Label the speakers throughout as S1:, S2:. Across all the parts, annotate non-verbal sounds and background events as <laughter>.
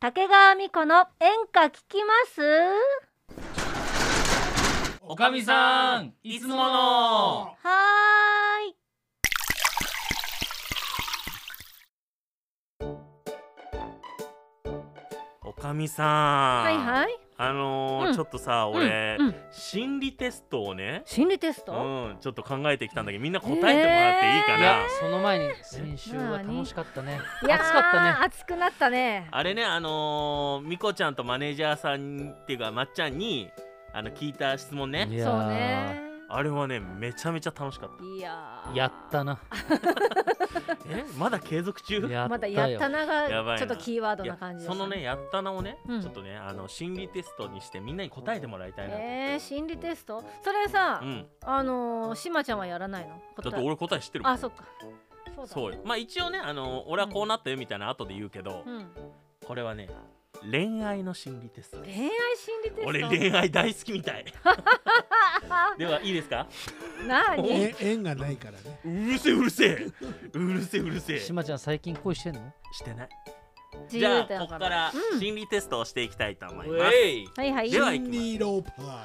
S1: 竹川美子の演歌聞きます
S2: おかみさんいつもの
S1: はーい
S3: おかみさん、
S1: はいはい
S3: あのー
S1: うん
S3: ちょっとさ俺、
S1: うんうん
S3: 心理テストをね、
S1: 心理テス
S3: う
S1: ト、
S3: ん、ちょっと考えてきたんだけどみんな答えてもらっていいか
S2: い
S3: な、
S2: やその前に先週は楽しかったね暑
S1: いやー
S2: かったね
S1: 暑くなったね
S3: あれねあのー、みこちゃんとマネージャーさんっていうかまっちゃんにあの聞いた質問ね
S2: いや
S1: そう
S2: ー
S1: ね
S3: あれはねめちゃめちゃ楽しかった
S1: いやー
S2: やったな
S3: えまだ継続中
S2: や
S1: ま
S2: った
S1: だやった
S2: よ
S1: な
S3: やば
S1: が
S3: いな
S1: ちょっとキーワード
S3: い
S1: な
S3: や
S1: 感じで
S3: そ
S1: す
S3: のねやったなをね、
S1: うん
S3: ちょっとねあの心理テストにしてみんなに答えてもらいたいなと思って
S1: えー、心理テストそれさ、
S3: うん、
S1: あのー、しまちゃんはやらないの
S3: だって俺答え知ってるもん
S1: あそっかそうだ
S3: そうよまあ一応ねあの俺はこうなったよみたいな後で言うけど、
S1: うん、
S3: これはね恋愛の心理テストです
S1: 恋愛心理テスト
S3: 俺
S1: <laughs>
S3: 恋愛大好きみたい <laughs> ではいいですか
S1: なに
S4: え縁がないからね。
S3: うるせえうるせえうるせえうるせえ
S2: しまちゃん最近恋してんの
S3: してない
S1: 自
S3: じゃ
S1: 由
S3: あ
S1: だ
S3: ここ
S1: か
S3: からら
S1: うん
S3: 心理テストをしていきたいと思います、
S2: えい
S1: はいはい
S3: では
S4: シンディ・ローパー。は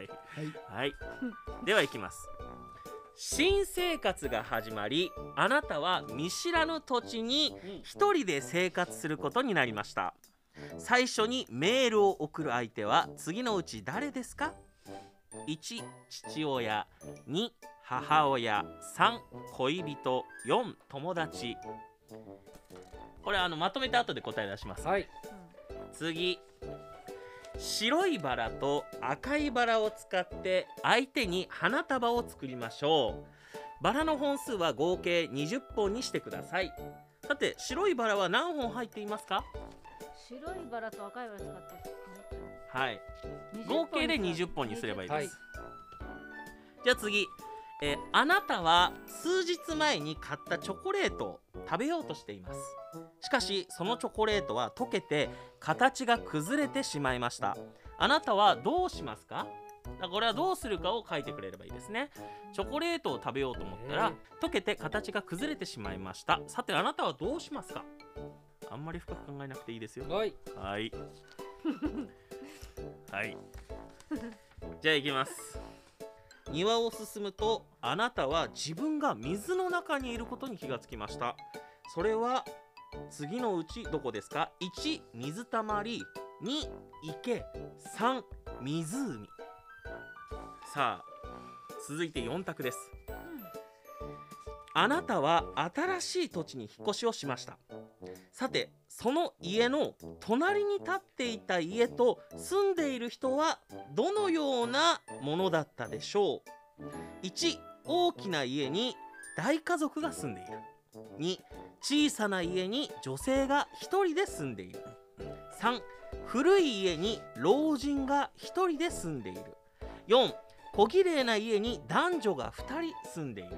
S4: い。
S3: はい、ではいきます新生活が始まりあなたは見知らぬ土地に一人で生活することになりました最初にメールを送る相手は次のうち誰ですか1父親2母親3恋人4友達これあのまとめて後で答え出します
S2: はい
S3: 次白いバラと赤いバラを使って相手に花束を作りましょうバラの本数は合計20本にしてくださいさて白いバラは何本入っていますか
S1: 白いバラと赤いバラ使って
S3: はい合計で20本にすればいいです、
S2: はい
S3: じゃあ次えーあなたは数日前に買ったチョコレートを食べようとしていますしかしそのチョコレートは溶けて形が崩れてしまいましたあなたはどうしますかだからこれはどうするかを書いてくれればいいですねチョコレートを食べようと思ったら溶けて形が崩れてしまいましたさてあなたはどうしますかあんまり深く考えなくていいですよ
S2: はい
S3: はい。はい。じゃあ行きます。庭を進むとあなたは自分が水の中にいることに気がつきました。それは次のうちどこですか ?1 水たまり2池3湖さあ続いて4択です。あなたは新しい土地に引っ越しをしましたさてその家の隣に立っていた家と住んでいる人はどのようなものだったでしょう1大きな家に大家族が住んでいる2小さな家に女性が1人で住んでいる3古い家に老人が1人で住んでいる4小綺麗な家に男女が2人住んでいる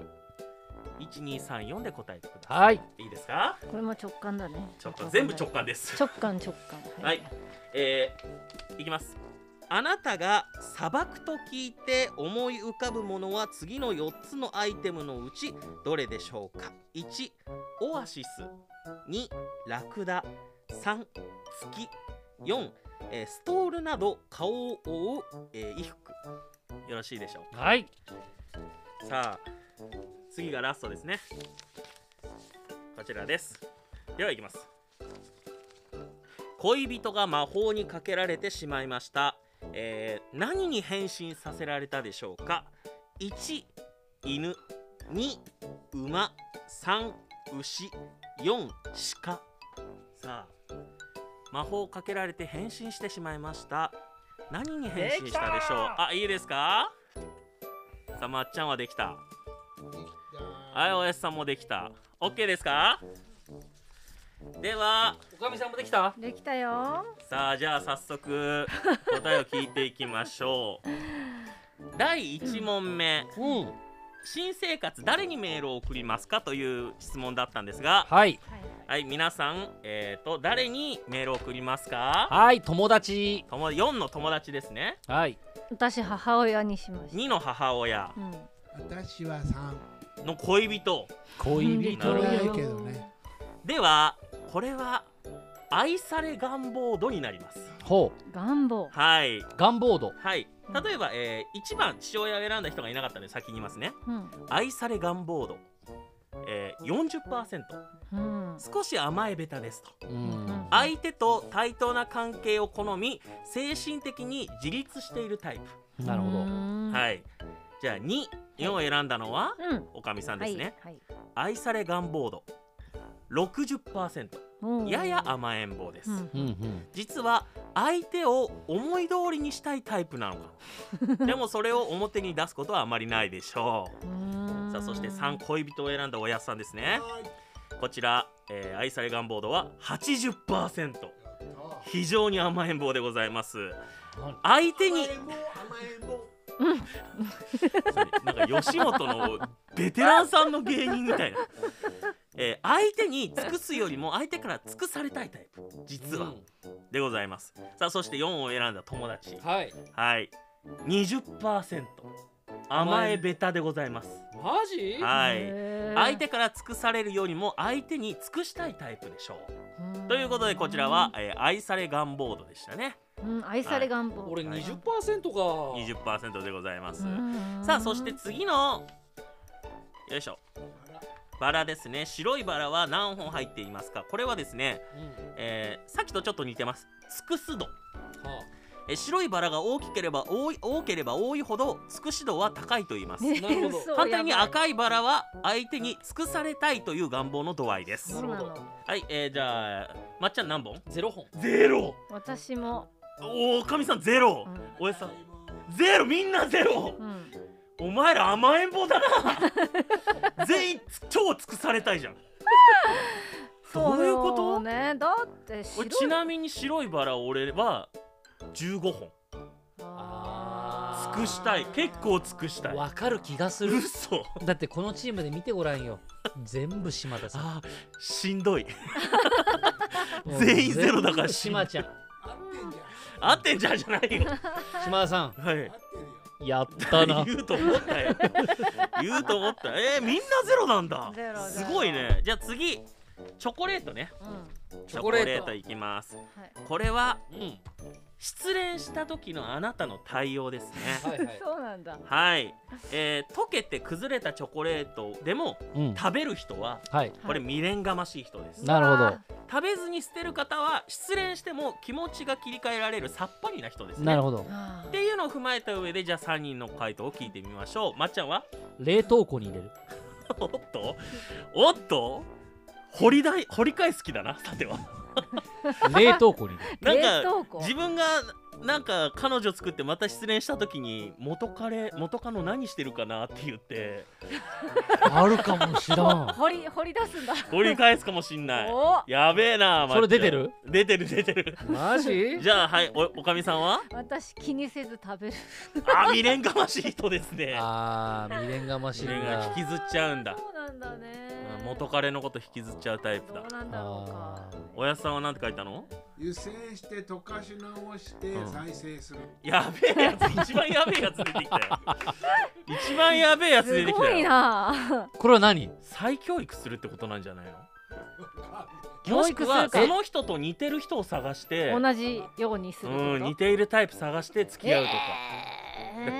S3: 1234で答えてください、
S2: はい
S3: い、いですか
S1: これも直感だね
S3: ちょっと全部直感です
S1: 直感直感
S3: はい、えーいきます。あなたが砂漠と聞いて思い浮かぶものは次の4つのアイテムのうちどれでしょうか ?1 オアシス2ラクダ3月4、えーストールなど顔を覆う、えー衣服よろしいでしょうか
S2: はい
S3: さあ次がラストですねこちらですではいきます恋人が魔法にかけられてしまいました、えー何に変身させられたでしょうか1犬2馬3牛4鹿さあ魔法をかけられて変身してしまいました何に変身したでしょう
S2: できた
S3: あいいですかさあまっちゃんはできたはい、おやすさんもできた。オッケーですか。では、
S2: おかみさんもできた
S1: できたよ
S3: さあ、じゃあ、早
S2: <laughs>
S3: 速、答えを聞いていきましょう。第1問目、
S2: うん
S3: 新生活、誰にメールを送りますかという質問だったんですが。
S2: はい
S3: はい、皆さん、えっ、と、誰にメールを送りますか。
S2: はい友達
S3: とも、四の友達ですね。
S2: はい
S1: 私母親にしました
S3: 2の母親
S1: うん
S4: 私は三。
S3: の恋人。
S2: 恋人
S3: なるほ
S4: ないけどね。
S3: では、これは。愛され願望度になります
S2: ほう
S1: 願望
S3: はい
S2: ガンボード
S3: はい例えば、えー、1番父親を選んだ人がいなかったので先に言いますね
S1: うん
S3: 愛され願望度、えー、40%
S1: うん
S3: 少し甘えベタですと
S2: うん
S3: 相手と対等な関係を好み精神的に自立しているタイ
S2: なるほど
S3: プ
S1: は
S3: はいいじゃあ24を選んだのは
S1: うん
S3: おかみさんですね、
S1: はい
S3: 愛され願望度60%
S1: はい
S3: やや甘えん坊です、
S1: うん
S2: うんうん
S3: 実は相手を思い通りにしたいタイプなのか
S1: <laughs>
S3: でもそれを表に出すことはあまりないでしょう
S1: うん
S3: さあそして3恋人を選んだおやっさんですね
S4: はい
S3: こちら、えー愛され願望度は80%
S4: やった
S3: 非常に甘えん坊でございます相手に
S4: 甘えん坊甘えん坊
S3: それなんか吉本のベテランさんの芸人みたいな、えー相手に尽くすよりも相手から尽くされたいタイプ実は、でございますさあそして4を選んだ友達
S2: はい
S3: はい20%甘えベタでございます
S2: マジ
S3: はい
S1: へー
S3: 相手から尽くされるよりも相手に尽くしたいタイプでしょう
S1: うん
S3: ということでこちらは、えー愛され願望度でしたね
S1: うん愛され願望
S2: 俺
S3: はい
S2: 20%か
S3: 20%でございます
S1: うん
S3: さあそして次のよいしょバラですね白いバラは何本入っていますかこれはですね、
S2: うんは
S3: えーさっきとちょっと似てます尽くす度
S2: あ
S3: えー白いバラが大きければ多い多ければ多いほど尽くし度は高いと言います
S1: ね
S2: なるほど
S1: 嘘
S3: 反対に
S1: やばい
S3: 赤いバラは相手に尽くされたいという願望の度合いで
S1: そ
S3: す
S2: な
S1: う
S2: る
S1: な
S2: ほど
S1: の
S3: はい、えー、じゃあまっちゃん何本
S2: ゼロ本
S3: ゼロ
S1: 私も
S3: おおかみさんゼロ
S1: う、ん
S3: おやっさんゼロみんなゼロ
S1: うん
S3: お前ら甘えん
S2: <laughs>
S3: 坊だな全員超尽くされたいじゃんどういうこと
S1: そうねだって白
S3: 俺
S1: い
S3: ちなみに白いバラ俺は15本
S1: あー
S3: 尽くしたい結構尽くしたい
S2: わかる気がする
S3: 嘘
S2: だってこのチームで見てごらんよ全部島田さん
S3: あーしんどい
S2: もう
S3: 全員ゼロだから
S2: 全部島ちゃん
S4: 合ってんじゃん
S3: 合ってんじゃんじゃない
S2: <laughs>
S3: よ
S2: 島田さ
S3: はい
S4: 合って
S2: ん
S4: るよ
S2: やっ
S3: <laughs>
S2: たな
S3: 言うと思った
S2: <laughs>
S3: よ言うと思ったえー、みんなゼロなんだ
S1: ゼロゼ
S3: す
S1: ロ
S3: ごいねじゃあ次チョコレートね
S1: うん
S3: チョ
S2: チョ
S3: コ
S2: コ
S3: レ
S2: レー
S3: ー
S2: ト
S3: トいきます
S1: はい
S3: これは
S2: うん
S3: 失恋した時のあなたの対応ですね
S2: はいはい
S1: そうなんだ
S3: はい、えー溶けて崩れたチョコレートでも
S2: うん
S3: 食べる人は
S2: はい
S3: これ未練がましい人です
S2: なるほど
S3: 食べずに捨てる方は失恋しても気持ちが切り替えられるさっぱりな人ですね
S2: なる
S3: ほど
S2: ほど
S1: ど
S3: っていうのを踏まえた上でじゃあ3人の回答を聞いてみましょうまっちゃん
S2: <laughs>
S3: は
S2: 冷凍庫に入れる
S3: おっとおっと掘りだい掘り返す気だなさては
S2: 冷凍庫に入れる
S3: な
S1: 冷
S3: んか
S1: 凍庫
S3: 自分がなんか彼女作ってまた失恋した時に元彼元カノ何してるかなって言って
S2: あるかもしらん
S1: 掘り掘り出すんだ
S3: 掘り返すかもしんない
S1: お
S3: やべえなまっちゃん
S2: それ出てる
S3: 出てる出てる
S2: マジ
S3: じゃあはいおおかみさん
S2: <laughs>
S3: は
S1: 私気にせず食べる
S3: あ未練がましい人ですね
S2: あー未練がましい
S3: 未
S2: な
S3: 練が引きずっちゃうんだ
S1: そうなんだね
S3: あ元彼のこと引きずっちゃうタイプ
S1: ど
S3: だ
S1: うなんだろうか
S3: おやっさんは何て書いたの
S4: 湯煎して溶かし直して
S3: うん
S4: 再生する、
S3: やべえやつ一番やべえやつ出てきたよ
S2: <laughs>
S3: 一番やべえやつ出
S1: す
S3: てきた
S1: ごい
S3: よ
S1: な
S2: これは何
S3: 再教育するってことなんじゃないのもしく
S2: 教育する
S3: は
S2: か
S3: その人と似てる人を探して
S1: 同じようにするってこと
S3: うん似ているタイプ探して付き合うとか、
S1: えー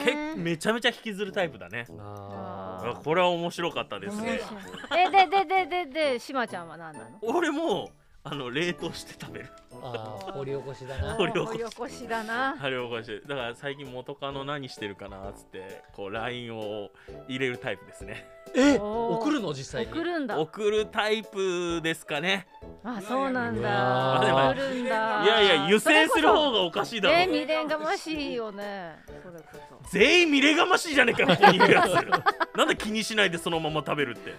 S3: けめちゃめちゃ引きずるタイプだね
S1: あ
S3: あこれは面白かったです
S1: 面白い
S3: ね
S1: えでででででしまちゃんは何なの
S3: 俺もあの冷凍して食べる <laughs>
S2: あー掘り起こしだ
S1: あ
S2: な
S1: ー
S3: 掘り起こし
S1: 掘り起こしだな
S3: あれおかしいだから最近元カノ何してるかなっつってこう LINE を入れるタイプですね
S2: え
S1: おー
S2: 送るの実際に
S1: 送るんだ
S3: 送るタイプですかね
S1: あそうなん
S2: うわ
S1: だ
S3: ー
S1: 送るんだ
S3: いやいや湯煎する
S1: が
S3: 方がおかしいだろ
S1: ね未練がましいよねそれこそ
S3: 全員見れがましいじゃねえかここにいるやつなんで気にしないでそのまま食べるって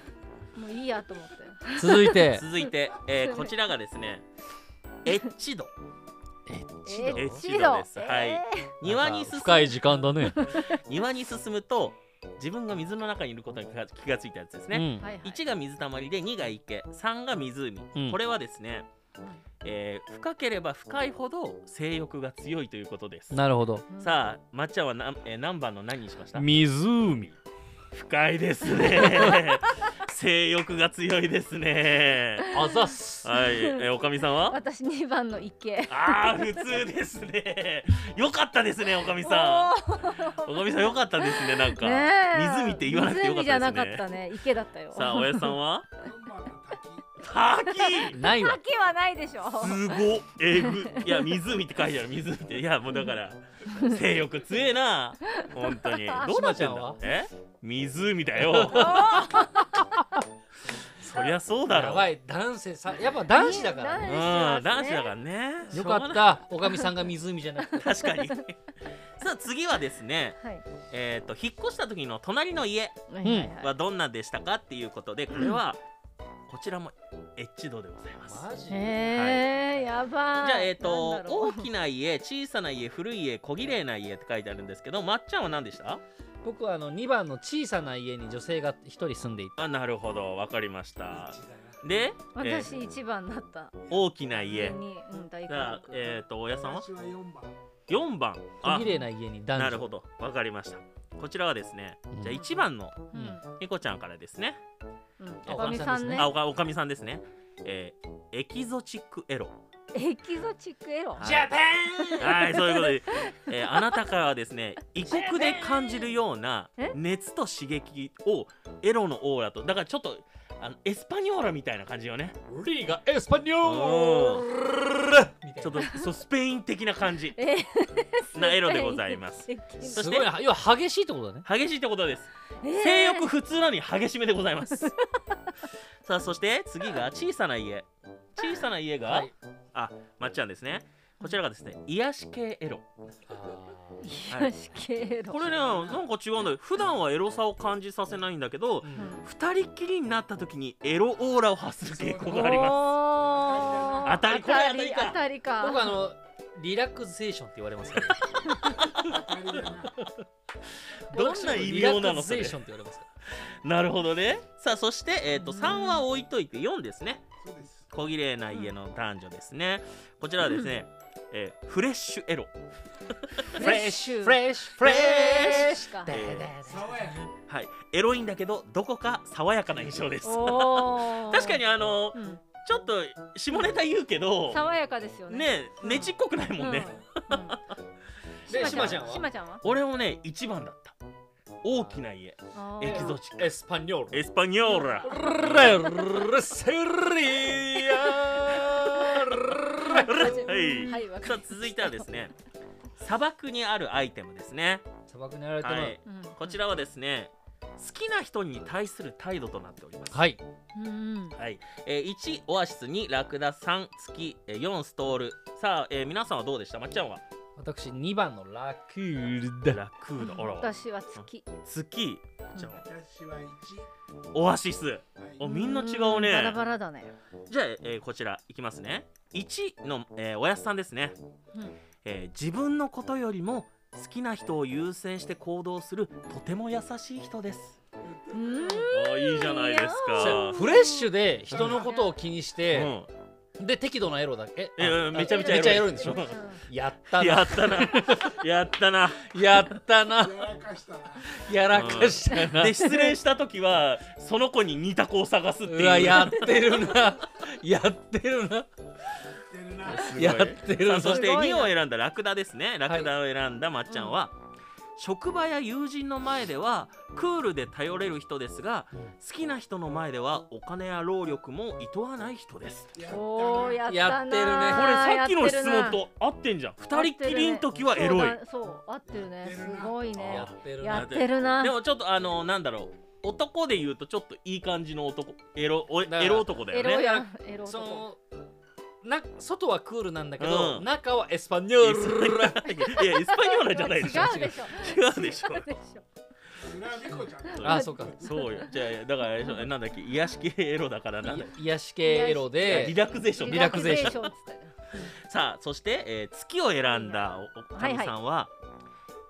S1: もういいやと思って
S2: 続いて
S3: 続いて、えーこちらがですねエッチ度
S1: え
S3: エ
S1: エ
S3: ッ
S1: ッ
S3: チ
S1: チ
S3: 度
S1: 度
S3: ですはい
S1: え
S3: <laughs> 庭に進む
S2: 深い時間だね
S3: 庭に進むと自分が水の中にいることに気が気がついたやつですね、
S1: ーはいはい
S3: 1が水たまりで2が池3が湖、
S2: うん
S3: これはですね、えー深ければ深いほど性欲が強いということです
S2: なるほど
S1: うん
S3: さあまっちゃんは何,、えー何番の何にしました
S2: 湖 <laughs>
S3: 深いですね好性欲が強いですね。
S2: あざっす
S3: はい、えおかみさ
S1: <laughs>
S3: んは
S1: 私2番の池
S3: ああ、普通ですね。よかったですね、おかみさん。おかみさん、よかったですね、なんか。
S1: ねえ
S3: 湖って言わなくてよか
S1: 湖じゃな
S3: っ
S1: か
S3: た
S1: っ
S3: ですね。
S1: たね池だ <laughs> ったよ
S3: さあ、おやじさんは
S4: 四番の滝。
S3: 滝
S2: ないわ
S1: 滝はないでしょ
S3: すごえぐいや湖って書いてある湖っていやもうだから性欲強えな本
S2: <laughs>
S3: 当にどうなってん
S2: 島ちゃんは
S3: だえ湖だよそりゃそうだろ
S2: やばい男性さやっぱ男子だからね
S1: ね
S3: うん男
S1: 男
S3: 子
S1: 子だ
S3: だか
S1: から
S3: ね
S2: よか
S3: しょう
S2: っ
S3: が
S2: たおかみさんが湖じゃなくて
S3: ない確かに <laughs> さあ次はですね
S1: はい
S3: えっ、と引っ越した時の隣の家
S1: はいはいはい
S3: はどんなでしたかっていうことでこれはこちらもエッチ度でございます
S2: <laughs> マジ
S1: へえやばい
S3: じゃあ、えっ、
S1: なん
S3: と、
S1: だろ
S3: 大
S1: う
S3: きな
S1: <laughs>
S3: 家、小さな家、古い家、小綺麗な家って書いてあるんですけど、まっちゃんは何でした
S2: 僕はあの2番の小さな家に女性が一人住んでい
S3: あ、なるほど、わかりました
S4: 一。だな
S3: で、えー
S1: 私一番だった
S3: 大きな家。
S1: にうん大
S3: じゃあ
S1: 家、
S3: えっ、と、大家さんは
S4: 私は四番。
S3: 4番。
S2: た
S3: あ
S2: 小綺、麗な家に男女
S3: なるほど、わかりました。こちらはですね、
S2: うん
S3: じゃあ1番の
S1: う
S2: うん
S1: ん
S3: みこちゃんからですね、
S1: うん
S3: え
S1: おかみさんね
S3: あおかおかみさんですね、えーエキゾチックエロ。
S1: エキゾチックエロ
S3: ジャパンはい、そういうことで、えーあなたからはですね、異国で感じるような
S1: え
S3: 熱と刺激をエロのオーラと、だからちょっとあのエスパニョーラみたいな感じよね。
S2: リーガエスパニョ
S3: お
S2: ーみたい
S3: ちょ
S2: な
S3: っとそうスペイン的な感じ
S1: え
S3: <laughs> なエロでございます。
S1: エキ
S3: そ
S2: す
S3: し
S2: ご
S3: て
S2: いな要は激しいってことだね
S3: 激しいってことです。
S1: えー
S3: 性欲普通なのに激しめでござい
S1: <laughs>
S3: ます。さあ、そして次が小さな家。小さな家が、
S2: はい
S3: あ、まっちゃんですね。こちらがですね、癒し系エロ。
S1: 癒し系エロ
S3: これね、なんか違うんだよ。普段はエロさを感じさせないんだけど、
S1: ん
S3: 二人っきりになった時にエロオーラを発する傾向があります
S1: ます
S3: 当たりこ
S1: 当
S3: れ
S1: た
S3: 当たり
S1: り
S3: か
S1: 当たりか
S2: 僕あのリラクゼーションって言われますから、ね、 <laughs>
S4: あれだな。
S3: どんな異名な
S2: リラ
S3: の
S2: ク
S3: そ
S2: ゼー
S3: れ
S2: ションって言われますから
S3: なるほどねさあそして、えー、と3は置いといて4ですね
S4: そうです。
S3: 小綺麗な家の男女ですねこちらはですね、えーフレッシュエロ
S1: フレッシュ
S2: フレッシュフ
S1: フ
S2: レッシ
S1: シュか
S2: ュででで
S4: 爽やか。
S3: はいエロいんだけどどこか爽やかな印象です
S1: おー
S3: 確かにあの
S1: うん
S3: ちょっと下ネタ言うけど
S1: 爽やかですよね
S3: ねねちっこくないもんね、
S1: うんうん
S2: で
S1: し
S2: しま
S1: ま
S2: ちゃんは
S1: しまちゃんは
S3: 俺もね1番だった大きな家
S1: あー
S3: エキゾチック
S2: エスパニョール
S3: エスパニョーラ
S2: レルセリア
S3: はい
S1: はいわかりました
S3: さあ続いてはですね砂漠にあるアイテムですね
S2: 砂漠にやられたの
S3: はい
S1: うん
S3: こちらはですね好きな人に対する態度となっております
S2: はい
S1: うん
S3: はい、えー、1オアシス2ラクダ3月えー4ストールさあ、えー皆さんはどうでしたまっちゃんは
S2: 私2番のラクールだ
S3: ラクードあら
S1: 私は月
S3: 月じゃあ
S4: 私は一。
S3: オアシス
S4: はい
S3: おみんな違うね
S1: バラバラだね
S3: じゃあ、えーこちらいきますね1の、えーおやすさんですね、
S1: うん
S3: えー自分のことよりも好きな人を優先して行動するとても優しい人です
S1: うん
S3: あーいいじゃないですか
S2: フレッシュで人のことを気にして、
S3: うん
S2: で適度なエロだけ
S3: いやめちゃめちゃ
S2: めちゃエ
S3: エロ
S2: ロ
S3: い
S2: いんでしょ
S1: うん
S2: やったな
S3: やったなやったな
S2: やったな
S4: やらかしたな。
S2: やらかしたな
S3: で失恋した時はその子に似た子を探すっていう
S2: うわやってるなやってるな
S4: 出るな。
S3: すごい
S2: やってる
S3: さ
S2: な
S3: あそして
S1: すごい
S3: 2
S1: な
S3: を選んだラクダですねラクダを選んだまっちゃんは、職場や友人の前ではクールで頼れる人ですが
S2: うん
S3: 好きな人の前ではお金や労力もいとわない人です
S4: や
S1: おー
S4: っ
S1: やった
S2: や
S1: な
S2: ってるね
S3: こ
S2: あ
S3: れさっきの質
S1: や
S3: 問
S1: ってるな
S3: と合ってんじゃん2人っきりの時はエロい、
S1: そうだそう合ってるねすごい
S3: や
S1: ね
S3: っ
S2: ってる
S1: やってるな
S3: でもちょっとあのなんだろう男で言うとちょっといい感じの男エロおエ
S2: から
S3: ロ男だよ
S1: エ
S3: ね
S1: ロやんエロ
S2: そ
S1: 男
S2: のな外はクールなんだけ
S3: う
S2: ど
S3: ん
S2: 中はエスパニョール
S1: <laughs>
S3: いやエスパニョーラじゃないでしょ
S1: 違うでしょ
S3: 違うでしょ
S1: 違うでしょ
S4: それは猫ちゃんだ。
S2: あそうか
S3: そうよじゃあだからえなんだっけ癒し系エロだからなんだっ
S2: い癒し系エロ
S3: けリ
S2: で
S3: ラクゼーション
S2: リラクゼーショ
S1: リラクゼー
S2: ン
S1: ションっつったよ
S3: さあそして、えー月を選んだおおかみさんは、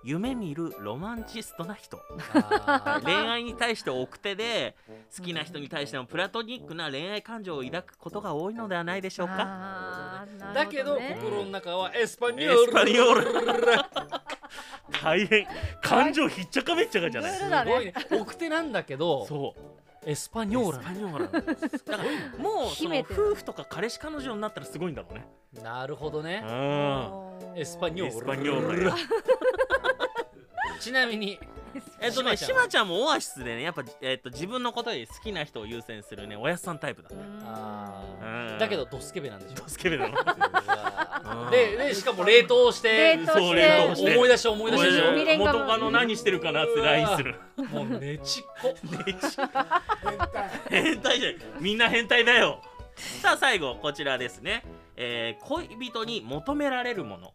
S3: 夢見るロマンチスト
S1: <laughs>
S3: な人
S2: あ
S3: 恋愛に対して奥手で好きな人に対してもプラトニックな恋愛感情を抱くことが多いのではないでしょうか
S1: あーな
S2: ー
S1: る
S2: だけど
S1: ね
S2: 心の中はエスパニ
S3: エ
S2: ョー
S3: ス
S2: ル
S3: パニオーラ大変感情ひっちゃかめっちゃかじゃない
S1: いろいろだ
S2: すごい
S1: ね
S2: ね奥手なんだけど
S3: そう
S2: エスパニョー
S3: エスパ
S2: ラ
S3: ニョーラなんですだからもうそ
S1: 秘
S3: の
S1: めてる
S3: 夫婦とか彼氏彼女になったらすごいんだろうね
S2: なるほどね
S3: うん
S2: エスパニ
S3: エ
S2: ョ
S3: ス
S2: ー
S3: パ
S2: ラ
S3: ニョーラ
S2: ちなみに
S3: えっとね
S2: し
S3: し
S2: ま
S3: まちゃんもオアシスでねやっぱ、えっと、自分のことより好きな人を優先するねおやっさんタイプだね
S1: ラ
S2: あ
S3: うん
S2: ーだけどドスケベなんでしょ
S3: ドスケベだなうん
S2: ででしかも冷凍して
S1: 冷凍
S3: そう
S1: 冷
S3: 冷凍
S1: 凍
S3: し
S1: してて
S2: 思い出して思い出して
S1: 思い出し
S2: で
S1: 未練が
S3: 元カノ何してるかなって LINE する
S2: しょもうねちっこ
S4: 変態
S3: 変態じゃないみんな変態だよさあ最後こちらですね、えー恋人に求められるもの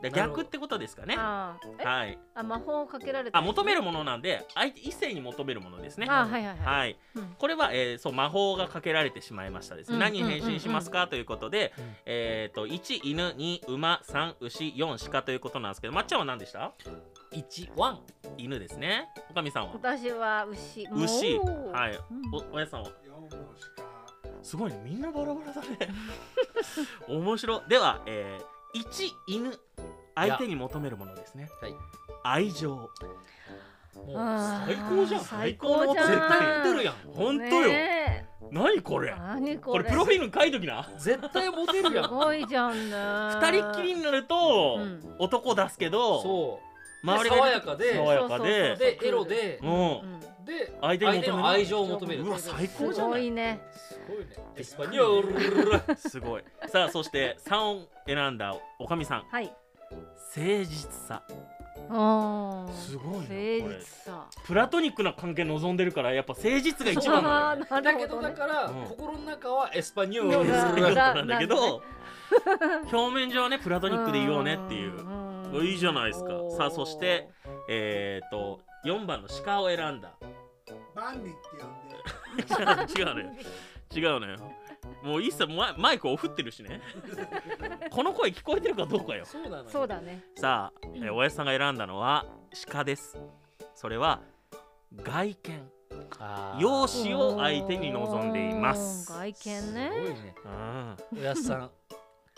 S3: で
S2: なるほど
S3: 逆ってことですかね
S1: あーえ
S3: はい
S1: あ魔法をかけられた
S3: あ求めるものなんで相手異性に求めるものですね
S1: あーはいはいはい
S3: はい
S1: うん
S3: これは、えーそう魔法がかけられてしまいましたですね、
S1: うん
S3: 何に変身しますかということで、
S2: うん
S3: えー、と1犬2馬3牛4鹿ということなんですけどまっちゃんは何でした
S2: 一ワン
S3: 犬ですねおかみさんは
S1: 私は牛
S3: 牛
S1: もう
S3: はい
S1: うん
S3: おおやさんは
S4: 四本しか
S3: すごいねみんなバラバラだね <laughs> 面白では、えー、1犬相手に求めるものですね
S2: はい
S3: 愛情
S2: もう
S1: あー
S2: 最高じゃん
S1: 最高じゃん
S3: 最高の絶対
S2: 言ってるやん
S3: 本当よ、
S1: ね
S3: 何これ
S1: え何こ
S3: こ
S1: れ
S3: れプロフィール書いときな
S2: 絶対モテるや
S1: す
S2: ん
S1: ごいじゃんね
S3: 二人っきりになると、
S1: うん
S3: 男出すけど
S2: そ
S3: 周りがいる
S2: 爽やかで
S3: 爽やかで
S2: うでエロで
S3: も
S1: うん
S2: で
S3: 相手に求める
S2: 相手の愛情を求める
S3: うわ最高じ
S1: す
S3: ゃ
S1: ご
S3: ない
S1: いね
S2: すごいねエスパニョーラ <laughs>
S3: うすごいさあそして3を選んだおかみさん
S1: はい
S3: 誠実さ
S1: おー
S3: すごいなこれ
S1: 誠実さ
S3: プラトニックな関係望んでるからやっぱ誠実が一番なのよ
S1: あーな
S2: だ
S1: る
S2: け
S1: ほ
S2: ど
S1: ど
S2: だ
S1: ね
S2: から
S3: うん
S2: 心の中はエスパニョ
S1: そう
S3: そういう
S2: ー
S3: こ
S1: だ
S3: と
S2: ラ
S3: なんだけ
S1: な
S3: ど表面上はねプラトニックで言おうねっていう、
S1: ん
S3: いいじゃないですかさあそしてえっ、ー、と4番の鹿を選んだ
S4: バンビって呼ん
S3: <laughs>
S4: で
S3: 違うのよ違うのよもう一切マイマイクを振ってるしねこの声聞こえてるかどうかよ
S2: そうなのよ
S1: そうだね
S3: さあ、えー、おやじさんが選んだのは鹿ですそれは外見
S2: あー
S3: 容姿を相手に望んでいます
S1: おー外見ね
S2: すごいね
S3: うん
S2: おやっさん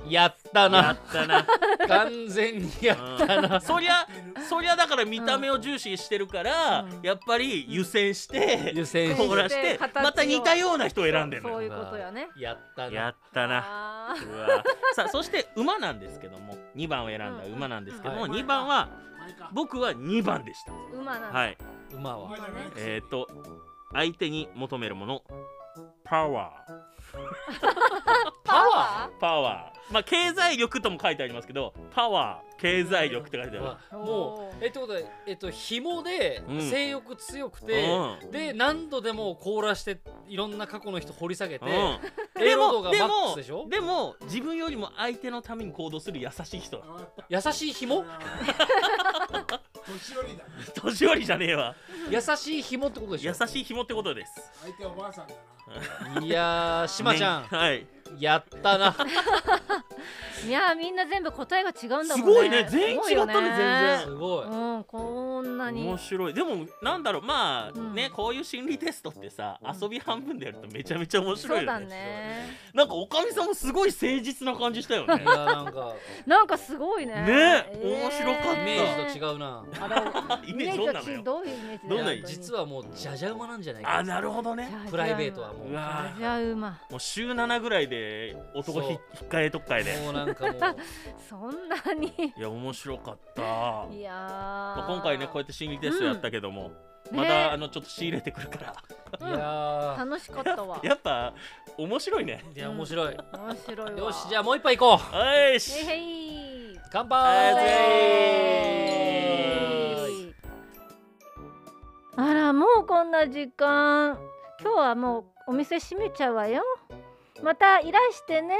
S2: やった
S3: や
S2: な
S3: ったな、
S2: 完全にやった
S3: う、
S2: なん
S3: そりゃそりゃだから見た目を重視してるから、
S1: うん
S3: やっぱり湯煎して、
S2: 湯煎
S3: 凍
S1: ほ
S3: らして
S1: 形を
S3: また似たような人を選んでる
S1: そうそ
S3: の
S1: う
S3: よ
S1: いうことよね
S2: やった
S3: や
S2: な
S3: ったな
S1: あー
S3: うわさあそして馬なんですけども2番を選んだ馬なんですけども、
S4: うん
S3: 2番は
S4: 前か
S3: 僕は2番でした
S1: 馬なんだ
S3: はい
S2: 馬
S4: お
S2: は
S4: 前じゃない
S3: えっ、と相手に求めるものパワー
S1: パワ
S3: パワーまあ経済力とも書いてありますけどパワー経済力って書いてあ
S2: まあもうえってことはえっと紐で
S3: うん
S2: 性欲強く
S3: る
S2: て、
S3: うん
S2: で何度でも凍らしていろんな過去の人掘り下げて、
S3: うん、
S2: エ
S3: で
S2: ロ度が
S3: も
S2: マ
S3: で
S2: ック
S3: も
S2: スでしょ
S3: でも自分よりも相手のために行動する優しい人だ
S4: あわかった
S2: 優しい紐
S4: <laughs> 年寄りだね
S3: 年寄りじゃねえわ
S2: 優しい紐ってことでし
S3: 優
S2: ょ
S3: しい紐ってことです
S4: 相手おばあさんだない
S2: やーしまちゃん、
S3: ねはい
S2: やったな
S1: ーいやーみんな全部答えが違うんだもんね
S3: すごいね全員違ったね
S1: すごいよ <laughs>
S2: すごい、
S1: うんこんなに
S3: 面白いでもなんだろうまあ
S1: うん
S3: ねこういう心理テストってさ遊び半分でやるとめちゃめちゃ面白
S1: そ
S3: いうよ
S1: だ
S3: ね
S1: ね
S3: なんかおかみさんもすごい誠実な感じした
S1: <laughs>
S3: よね
S2: いやーなんか
S1: なんかすごいね
S3: ね面白かった
S2: イメージと違うな、
S1: あら
S3: イ
S1: イ
S3: メー
S1: メ
S3: ジ
S1: ー
S3: ど
S1: ジと違
S3: うなの
S1: う
S3: よ
S1: どういうイメージ
S3: どんなイメージ
S2: 実はもうじゃじゃ馬なんじゃない
S3: あ
S2: か
S3: なるほどね
S2: プライベートはもう
S3: うわ
S1: じゃあ馬
S3: もう週7ぐらいで男ひ引っかえとっかえで
S2: もうなんかもう
S1: そんなに
S2: <laughs>
S3: いや面白かった、ま
S1: いやー、
S3: あ、今回ねこうやって心理テストやったけども、
S1: うん
S3: ま
S1: ね
S3: たあのちょっと仕入れてくるから
S2: いや
S1: 楽しかったわ
S3: やっぱ面白いね
S2: ーいや面白い、
S1: 面白いわ
S2: よしじゃあもう一杯行こう
S3: はいし
S1: へいへい
S2: 乾
S3: あー
S2: 杯
S3: ぜーい
S1: あらもうこんな時間今日はもうお店閉めちゃうわよまたいらしてね